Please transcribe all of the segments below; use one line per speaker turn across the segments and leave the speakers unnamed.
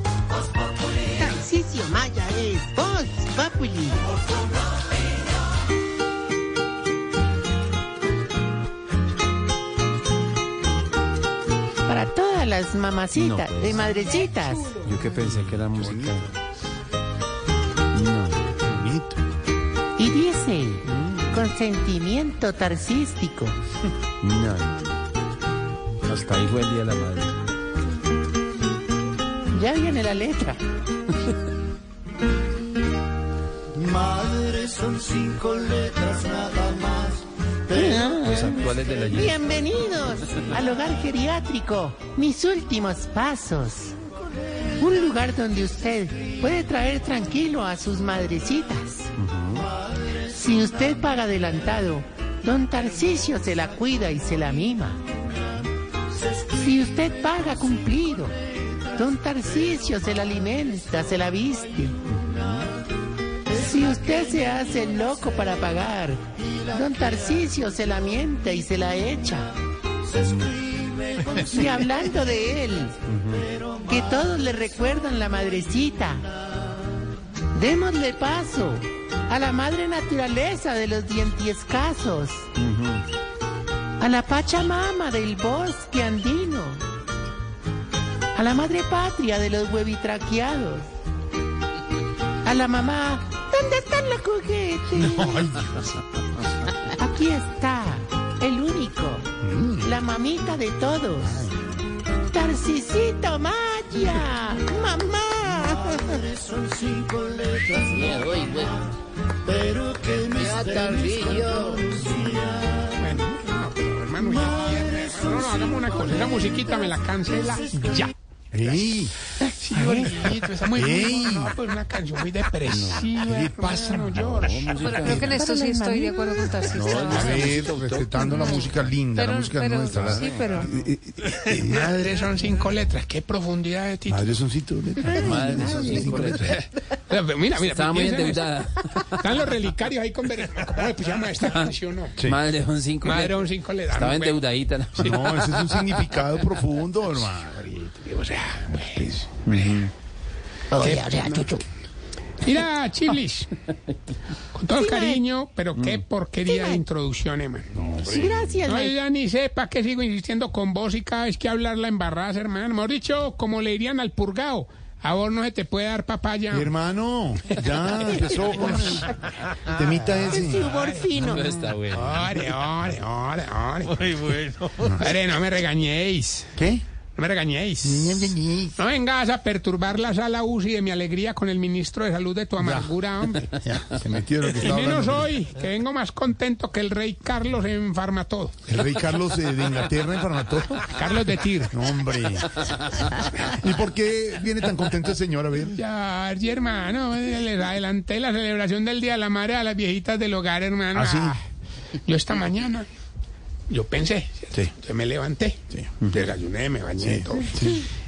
Tarcisio Maya es Voz Populi. Para todas las mamacitas, de madrecitas.
Yo que pensé que era música.
Y dice, consentimiento tarcístico.
No. Hasta ahí fue el día de la madre.
Ya viene la letra.
Madre son cinco letras nada más.
Los actuales de la ayer.
Bienvenidos al hogar geriátrico, mis últimos pasos. Un lugar donde usted puede traer tranquilo a sus madrecitas. Si usted paga adelantado, don Tarcisio se la cuida y se la mima. Si usted paga cumplido, don Tarcisio se la alimenta, se la viste. Si usted se hace el loco para pagar, don Tarcisio se la miente y se la echa. Y hablando de él, que todos le recuerdan la madrecita, démosle paso a la madre naturaleza de los dientiescasos, a la Pachamama del bosque andino, a la madre patria de los huevitraqueados, a la mamá, ¿dónde están los juguetes? Aquí está, el único,
Mm.
la mamita de todos. Tarcisito Maya, mamá.
Son cinco letras nada más. Pero qué misterio.
Bueno, no, pero hermano, ya, ya, ya, no, no, hagamos una cosa, esa musiquita me la cancela ya.
¡Ey!
Sí, Jorgito, esa muy no, pues una canción muy depresiva. ¿Qué pasa, no, George?
música.
Creo que en esto sí estoy de acuerdo con Tarcísio.
No,
A ver, respetando la música linda, la
Pero,
música
pero,
nuestra. la-
sí, pero...
Madre son cinco letras, qué profundidad de título.
Madre son cinco letras.
Madre, esos cinco letras.
Mira, mira, mira,
Estaba muy
piensa en esto.
endeudada.
Están los relicarios ahí con ver- ¿Cómo le pusimos a esta canción? No?
Madre, son cinco.
Madre
letras.
son cinco letras.
Estaba
no, bueno.
endeudadita. la-
No, ese es un significado profundo, hermano.
O sea, pues, Mira, Chilis. Con todo el cariño, pero qué porquería de introducción, hermano.
Gracias,
No,
Mike.
yo ya ni sé para qué sigo insistiendo con vos y cada vez que hablar la embarrás, hermano. Mejor dicho, como le dirían al purgado, a vos no se te puede dar papaya.
Mi hermano, ya empezó pues. con el temita
Su
ese.
humor fino.
No está bueno.
Ore, ore, ore, ore. Muy bueno. Ore, no me regañéis.
¿Qué?
No me regañéis. No vengas a perturbar la sala UCI de mi alegría con el ministro de Salud de tu amargura, hombre.
Ya, se metió en lo que
Y
estaba
menos
hablando.
hoy, que vengo más contento que el rey Carlos en Farmatodo.
El rey Carlos eh, de Inglaterra enferma todo.
Carlos de Tir.
No, hombre. ¿Y por qué viene tan contento el señor? A ver.
Ya, sí, hermano, les adelanté la celebración del Día de la Madre a las viejitas del hogar, hermano.
¿Ah, sí?
yo esta mañana, yo pensé, ¿cierto?
Sí.
Entonces me levanté,
Sí.
desayuné, me bañé y todo.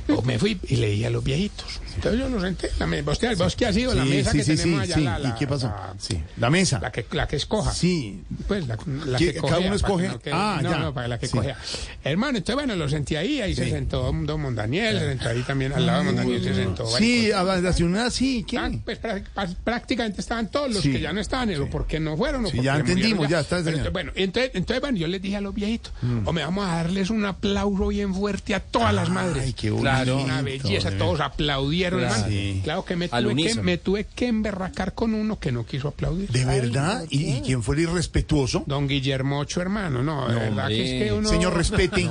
Luego me fui y leí a los viejitos. Entonces yo los senté. La me- ¿Vos, qué, vos qué ha sido la mesa que tenemos allá?
sí.
La, la-
¿Y qué pasó?
La,
Ah, sí. La mesa.
la que, la que escoja.
Sí.
Pues la, la
¿Qué-
que
cada
cogea,
uno escoge?
para que no quede-
Ah,
no,
ya.
no, para la que
Sí.
cogea. Hermano, entonces bueno, lo sentí ahí, ahí se
Sí. Eh.
sentó Don Mondaniel, se sentó ahí también al lado de Mondaniel, se sentó. varios
Sí, a la, la señora sí. ¿Qué?
Estaban, pues, prá- prá- prácticamente estaban todos los
Sí,
que ya no estaban, o porque no fueron. o
Sí,
porque
ya
murieron
entendimos, ya está,
Pero
señor. Mm.
entonces, bueno, entonces, entonces, bueno, yo les dije a los viejitos, o me vamos a darles un aplauso bien fuerte a todas las madres.
Ay, qué bonito.
Claro, una belleza,
de
todos aplaudieron,
Claro.
hermano.
Sí.
Claro que me
Al
tuve que,
unísono.
me tuve que emberracar con uno que no quiso aplaudir.
¿De verdad? ¿Y, y quién fue el irrespetuoso?
Don Guillermo Ocho, hermano, no, de verdad que es que uno...
Señor, respete.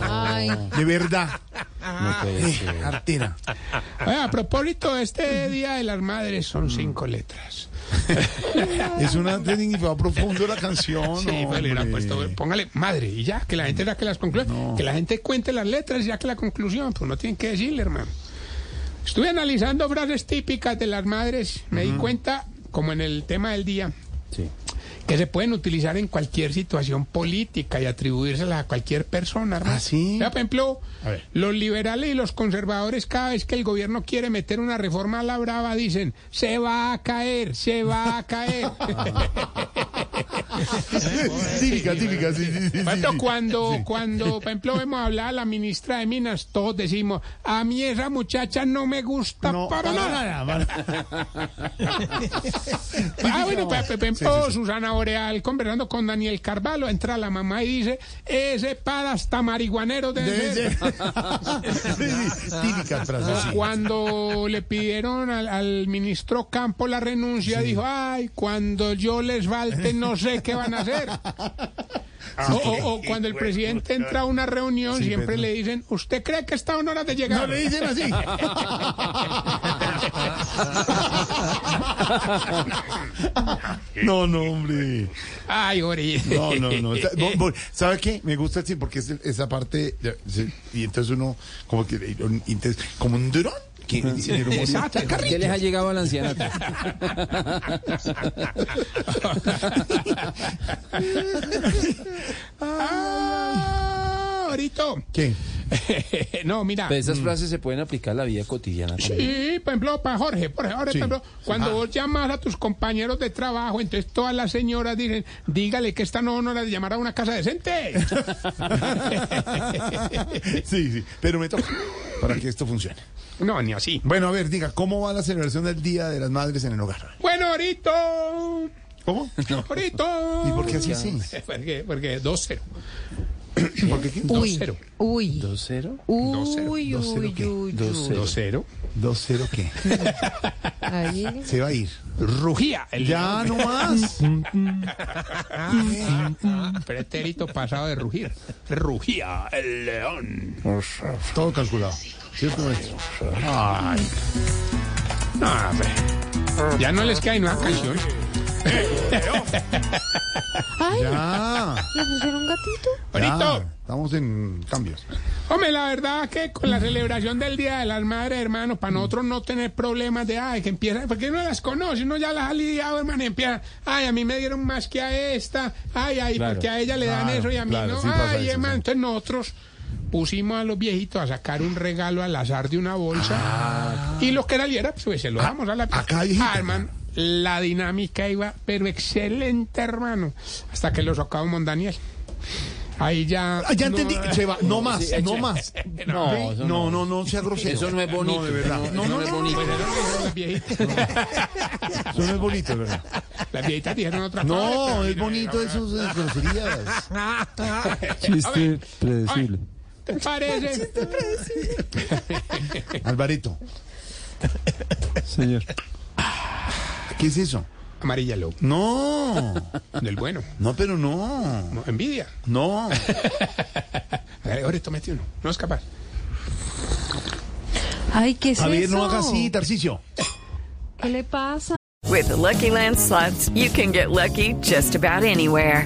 De verdad.
No puede
Eh,
ser.
Artera.
Oiga, a propósito, este Día de las Madres son cinco letras.
Es un significado profundo la canción.
Sí, pues, le hubieran
hombre.
puesto, póngale madre y ya, que la gente ya que las conclusiones, que la gente cuente las letras ya que la conclusión, pues no tienen que decirle, hermano. Estuve analizando frases típicas de las madres. Me di cuenta, como en el tema del día,
Sí.
que se pueden utilizar en cualquier situación política y atribuírselas a cualquier persona. hermano.
¿Ah, sí?
Vea, por ejemplo,
A ver.
los liberales y los conservadores cada vez que el gobierno quiere meter una reforma a la brava dicen, se va a caer, se va a caer. ¿eh?
Típica, típica, sí, sí, sí, sí,
Cuando,
sí.
cuando, cuando, por ejemplo, hemos hablado a la ministra de Minas, todos decimos, a mí esa muchacha no me gusta
No,
para nada.
para-
Ah, bueno, pues, por ejemplo, Susana Oreal conversando con Daniel Carvalho, entra la mamá y dice, ese para hasta marihuanero debe
Debe
ser".
ser. Sí, sí, Típica frase, sí.
Cuando le pidieron al, al ministro Campo la renuncia, dijo, ay, cuando yo les falte no sé qué van a hacer.
Ah,
O, o- o cuando el presidente entra a una reunión, siempre
pero-
le dicen, ¿usted cree que está a una hora de llegar?
pues, No le dicen así. No, no, hombre.
Ay, Ori.
No, no, no. Está- bo- bo- ¿Sabe qué? Me gusta así porque es el- esa parte. ya, sí, Y entonces uno, como que. eh, un- inter- Como un dron. Que, ingeniero Morillo.
Exacto,
¿Qué les ha llegado al ancianato?
Ah, Orito.
¿Qué?
no, mira.
Pues,
Pero esas frases se pueden aplicar a la vida cotidiana también.
Sí, por ejemplo, para Jorge, por ejemplo,
Sí.
por ejemplo, cuando vos llamas a tus compañeros de trabajo, entonces todas las señoras dicen, dígale que esta no no la de llamar a una casa decente.
Sí, sí. Pero me toca. Para que esto funcione.
no, ni así.
Bueno, a ver, diga, ¿cómo va la celebración del Día de las Madres en el hogar?
Bueno, ahorito,
¿Cómo?
ahorito.
¿Y por qué así sí?
Porque, porque 2-0.
¿Por qué qué?
Uy, uy,
¿Dos cero?
uy, uy,
dos cero,
uy,
¿qué?
uy.
Dos cero.
2-0.
¿Dos cero qué?
Ahí.
Se va a ir.
Rugía. El
Ya no más.
pretérito pasado de rugir. Rugía el león.
Todo calculado. ¿Cierto, maestro?
Ay. No, hombre. Ya no les queda ni una canción.
Ya.
¿Le pusieron gatito?
Ahorito.
Ya, Estamos en cambios.
Hombre, la verdad que con la celebración del Día de las Madres, hermano, para nosotros no tener problemas de, ay, que empiezan, porque uno las conoce, uno ya las ha lidiado, hermano, y empieza, ay, a mí me dieron más que a esta, ay, ay,
Claro,
porque a ella le dan
claro,
eso y a mí
claro,
no,
sí pasa
ay,
eso,
hermano,
sí.
entonces nosotros pusimos a los viejitos a sacar un regalo al azar de una bolsa y los que saliera, pues se lo damos a la
Ah. acá hay gente,
Ah, hermano, la dinámica iba, pero excelente, hermano, hasta que lo sacamos con Daniel. Ahí ya...
Ah, ya
no-
entendí. Se va. No más,
Sí,
no
sí.
más.
No,
¿Sí?
eso
no,
no.
no, no sea grosero.
Eso no es bonito.
No, de verdad.
eso
No, no,
es
no,
bonito.
Pues era lo que dijeron las viejitas.
Eso no es bonito, de verdad.
Las viejitas dijeron otra cosa,
No,
pero
es
mira,
bonito
mira,
eso de groserías.
mira. A
Chiste
ver,
predecible.
¿Te parece?
Alvarito,
Señor.
¿qué es eso?
Amarilla loco.
No.
Del bueno.
No, pero no.
No, Envidia.
No.
Dale, Ahora esto mete uno. No es capaz.
Ay, ¿qué es
Javier,
eso?
no haga así, Tarcicio.
¿Qué le pasa?
With the Lucky Land slots, you can get lucky just about anywhere.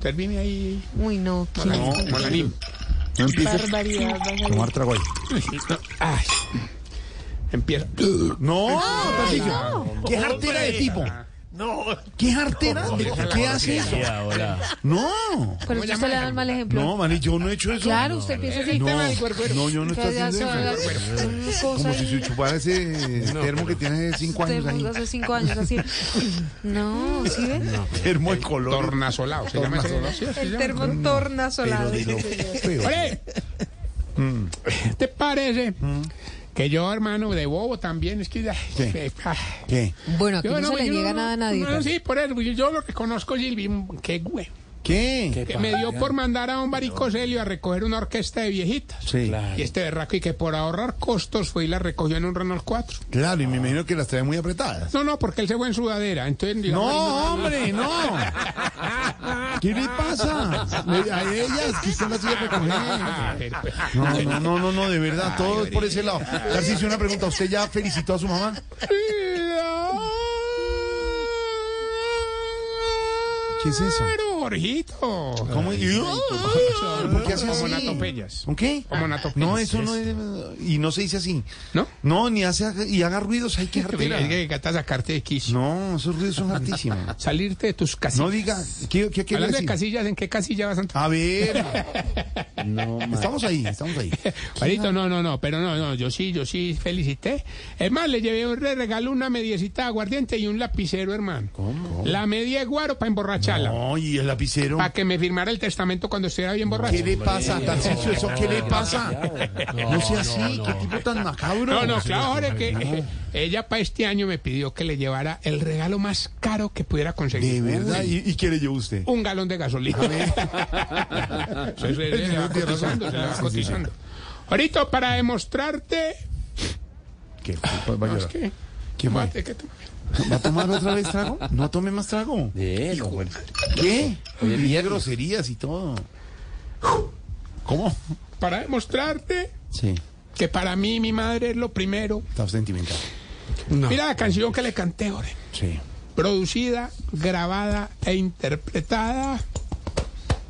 Termine ahí.
Uy, no. ¿qué?
No, no, la nim.
No empieces a tomar trago ahí.
Ay. Empieza. Ah,
No, Tarcicio. ¿Qué jartera de tipo? No. ¿Qué jartera?
ah,
¿Qué hace eso? No.
Pero usted le da el mal ejemplo.
No, man, yo no he hecho eso.
Claro, usted empieza así.
No,
Tema del
cuercuero.
no, yo no estoy
Ya se
haciendo
va a dar
eso.
una
Como
cosa
si
ahí.
se chupara ese termo que tiene cinco
Usted
años ahí.
hace cinco años así. No, ¿sí ve?
Termo de color.
Tornasolado. ¿Se llama ese? Sí, así se
El
llama.
termo tornasolado.
Pero digo,
Oye, ¿Te parece que yo, hermano, de bobo también? Es que ya.
Sí.
eh, ah.
¿Qué?
Bueno, aquí no, se le
yo
niega nada a nadie.
no, sí, por eso, porque yo lo reconozco, Silvi, mm, qué güey.
¿Qué?
Que me dio por mandar a un baricoselio a recoger una orquesta de viejitas.
Sí. Claro.
Y este berraco, y que por ahorrar costos fue y la recogió en un Renault 4.
Claro, y me imagino que las trae muy apretadas.
No, no, porque él se fue en sudadera. Entonces, digamos,
No, hombre, no. ¿Qué le pasa? Le- A ellas, que están las iba a
Ah,
recoger.
pero, pues,
No, no, no, no, no, de verdad, todo es por ese lado. Casi hice una pregunta. ¿Usted ya felicitó a su mamá? ¿Qué es eso?
Pero, Jorgito.
¿Cómo? ¿Y- ¿Por qué hace
Como
así?
natopellas.
¿Con qué?
Como natopellas.
No, eso no es. Y no se dice así.
¿No?
No, ni hace. Y haga ruidos, hay que
Mira,
jartera.
es que gata sacarte de quicio.
No, esos ruidos son hartísimos.
Salirte de tus casillas.
No diga. ¿Qué, qué quiere
Hablando de
decir?
casillas, ¿en qué casilla vas a entrar?
A ver. estamos ahí, estamos ahí.
Juanito, no, no, no, pero no, no, yo sí, yo sí felicité. Es más, le llevé un re- regalo, una mediecita de aguardiente y un lapicero, hermano. ¿Cómo? La media de guaro para emborracharla.
No, y el lapicero.
Para que me firmara el testamento cuando estuviera bien borracho.
¿Qué le pasa, Tarcisio? ¿Eso qué le pasa? No sea así, qué tipo tan macabro.
No, no, claro, ahora que eh, ella para este año me pidió que le llevara el regalo más caro que pudiera
De
conseguir.
verdad. ¿Y, y qué le llevó usted?
Un galón de gasolina. Eso es-
El
se va
señor tiene
cotizando,
razón.
se va
Sí, sí,
cotizando. Ahorita, para demostrarte...
¿Qué? Va a
No, es
llorar.
que-
¿Qué fue?
Mate, que te-
¿Va a tomar otra vez trago? No tome más trago. ¿Qué? Y hay groserías y todo. ¿Cómo?
Para demostrarte...
Sí,
que para mí mi madre es lo primero.
está sentimental.
Mira la canción que le canté, Jorge.
Sí.
Producida, grabada e interpretada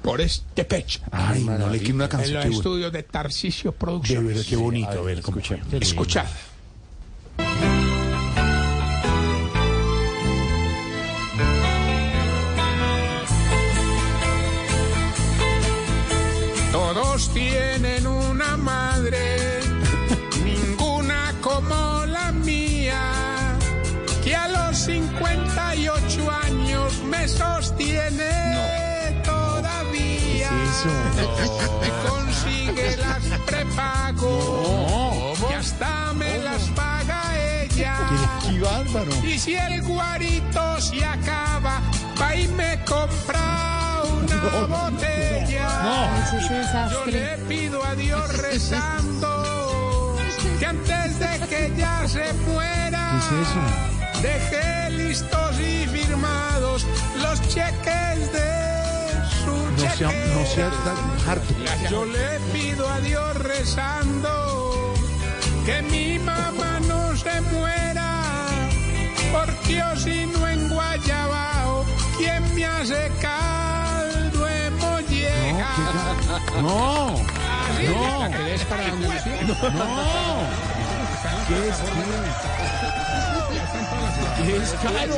por este pecho.
Ay, no le quiero una
En
canción.
los
qué bueno.
estudios de Tarcisio
De
Producciones.
verdad, qué bonito. A ver, escucha.
Escuchad. Todos tienen una madre, ninguna como la mía, que a los 58 años me sostiene todavía. Me consigue las
Oh,
prepago y hasta me las paga ella.
Qué bárbaro.
Y si el guarito se acaba, va y me compra una botella.
Eso es
Yo
desastre.
le pido a Dios rezando que antes de que ya se muera, deje listos y firmados los cheques de su
No sea, no sea tan harto.
yo le pido a Dios rezando que mi mamá no se muera, porque o si no en Guayabao, ¿quién me hace caldo en molleja?
No,
Así
no.
la querés para donde Lucía.
no. ¿Qué es? ¿Qué? ¿Qué es caro?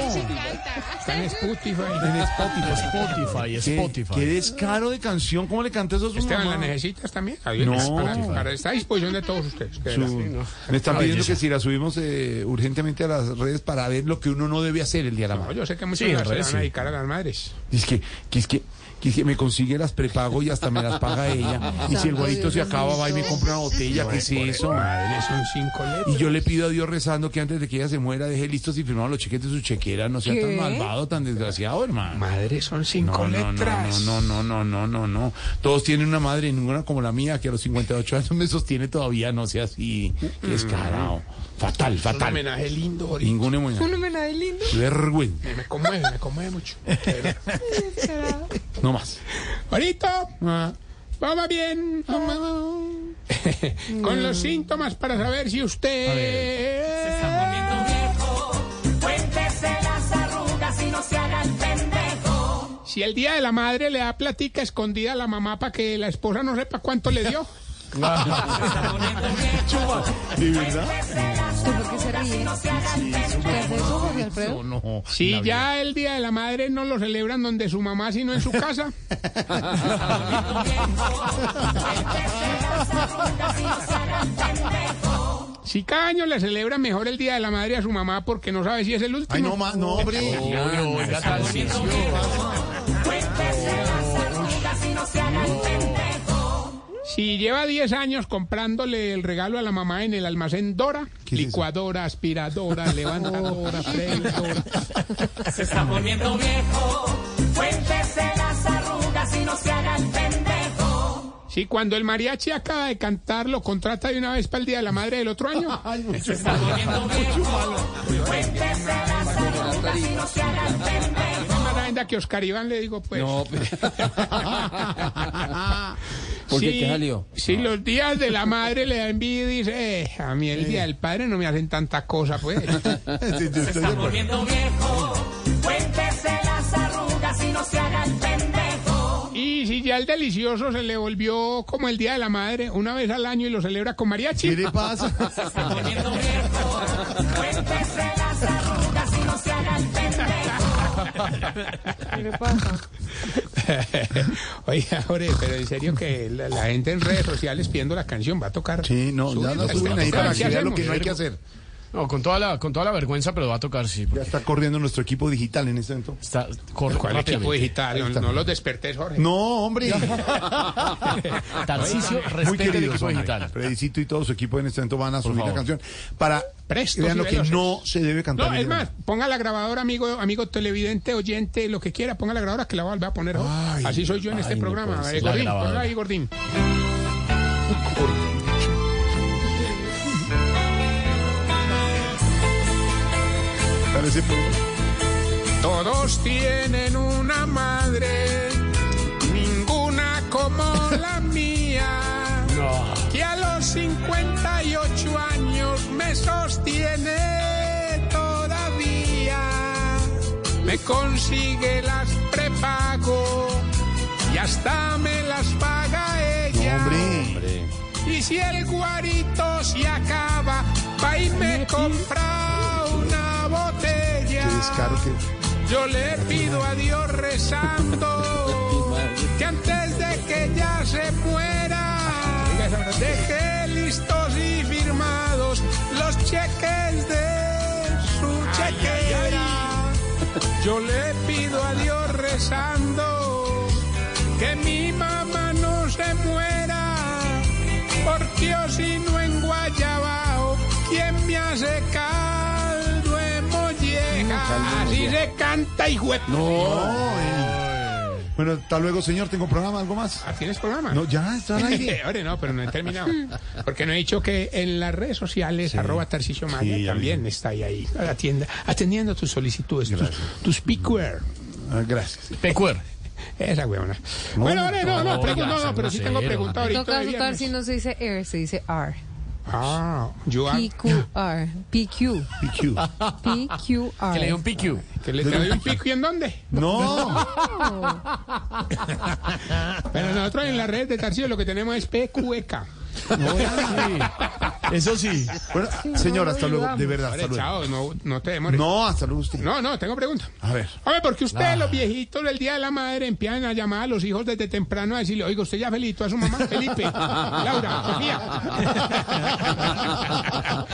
Está en Spotify.
En Spotify, Spotify, Spotify. Qué descaro de canción, ¿cómo le cantas eso a su
Esteban, ¿la
mamá?
necesitas también?
No.
Para, para- está a disposición de todos ustedes. de
Su-
verdad.
Me están pidiendo que si la subimos eh, urgentemente a las redes para ver lo que uno no debe hacer el día de la
No,
madre.
yo sé que muchos se van a dedicar a las madres.
Dice que, que es que, que es que me consigue las prepago y hasta me las paga ella. Y si el guarito se acaba, va y me compra una botella. ¿Qué es eso?
Madres son cinco letras.
Y yo le pido a Dios rezando que antes de que ella se muera deje listos y firmados los cheques de su chequera. No sea tan
¿Qué?
malvado, tan desgraciado, hermano.
Madres son cinco
No, no, no,
letras.
no, no, no, no, no, no. Todos tienen una madre, ninguna como la mía, que a los 58 años me sostiene todavía, no sea así. Qué Descarado. Fatal,
Un
fatal.
homenaje lindo, Jorge.
Ninguna muñeca.
Un homenaje lindo.
Vergüenza.
Me conmueve, me conmueve mucho. Pero-
No más. Ah,
Ahorita, vamos bien.
Ah.
Con los síntomas para saber si usted. Si el día de la madre le da platica escondida a la mamá para que la esposa no sepa cuánto le dio.
¿De verdad?
¿Usted por qué se ríe? ¿Qué hace eso, Jorge Alfredo?
No, no.
Si
La verdad.
ya el día de la madre no lo celebran donde su mamá, sino en su casa. Si cada año le celebra mejor el día de la madre a su mamá porque no sabe si es el último.
Ay, no más, no, hombre.
Si lleva 10 años comprándole el regalo a la mamá en el almacén Dora, licuadora, aspiradora, levantadora, freidora.
Se está poniendo viejo. Cuéntese las arrugas.
Casi no se haga el pendejo.
Sí, cuando el mariachi acaba de cantar, lo contrata de una vez para el Día de la Madre del otro año.
Se está poniendo viejo. Cuéntese las arrugas y no se haga el pendejo.
Es más la venda que Oscar Iván le digo, pues.
No, pero- ¿Por qué? ¿Qué salió? Ah.
Si los días de la madre le da envidia y dice, eh, a mí el día del padre no me hacen tanta cosa, pues.
Se está poniendo viejo. Cuéntese las arrugas y no se haga el pendejo.
Y si ya el delicioso se le volvió como el día de la madre, una vez al año y lo celebra con mariachi.
¿Qué le pasa?
Se está poniendo viejo. Cuéntese las arrugas y no se haga el pendejo.
Oiga, Jorge, pero en serio que la, la gente en redes sociales pidiendo la canción va a tocar.
Sí, no, ya la
Súbela,
suben ahí
está
para
tocando.
que vean lo que
¿Qué
no hay que
hacemos?
hacer.
No, con toda la, con toda la vergüenza, pero va a tocar, sí.
Ya
porque
está corriendo nuestro equipo digital en este momento.
Está, corre
¿Cuál equipo
rápidamente.
digital?
Ahí
No,
está.
no los despertés, Jorge.
No, hombre.
Tarcisio,
Muy
respete el
queridos
equipo
son.
digital.
Predicito y todo su equipo en este momento van a subir la
favor.
canción para
Prestos
vean
y
lo que
veloces.
no se debe cantar.
No,
en
es
el-
más, ponga la grabadora, amigo, amigo televidente, oyente, lo que quiera, ponga la grabadora que la voy a volver a poner.
Ay,
Así soy yo en este
ay, no
programa.
puede
Eh,
ser, la
Gordín,
grabadora.
ponla ahí, Gordín.
Parece pues,
Todos tienen una madre, ninguna como la mía, que a los 58 años me sostiene todavía, me consigue las prepago y hasta me las paga
no,
ella.
hombre.
Y si el guarito se acaba, va y me compra una botella.
Qué descaro que.
Yo le pido a Dios rezando que antes de que ya se muera, deje listos y firmados los cheques de su chequera. Yo le pido a Dios rezando que mi mamá no se muera, porque o si no en Guayabao, ¿quién me hace caldo en molleja? Así se canta y
No, eh. Bueno, hasta luego, señor. ¿Tengo programa? ¿Algo más?
¿Tienes programa?
No, ya, está al aire.
Ahora no, pero no he terminado. Porque no he dicho que en las redes sociales, arroba Tarcicio Maya,
Sí, ya
también está ahí, ahí atienda- atendiendo tus solicitudes, tus, tus pickware.
Ah, gracias.
Pecuer.
Esa huevona. bueno, ahora no, no,
no,
pregun- no,
oiga,
no, pero sí
grosero.
tengo pregunta ahorita.
En todo
de
caso,
viernes.
Tarsi no se dice air, se dice R.
Ah, yo hago.
PQR. PQ.
PQ.
Que le dio
PQR.
un PQ.
¿Que le te doy un pico y en dónde?
No.
Pero nosotros en la red de Tarcillo lo que tenemos es E PQEK.
Eso sí.
Bueno, Eh, señor, hasta luego. De verdad, hasta
Vale,
luego.
chao, no, no te demores.
No, hasta luego usted.
no, no, tengo pregunta.
A ver. Ah.
Hombre, porque ustedes, los viejitos del Día de la Madre, empiezan a llamar a los hijos desde temprano a decirle, oiga, usted ya felicitó a su mamá, Felipe, Laura,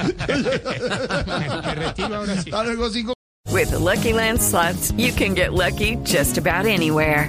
Sofía. me, me retiro ahora sí.
Hasta luego, cinco.
With the Lucky Land slots, you can get lucky just about anywhere.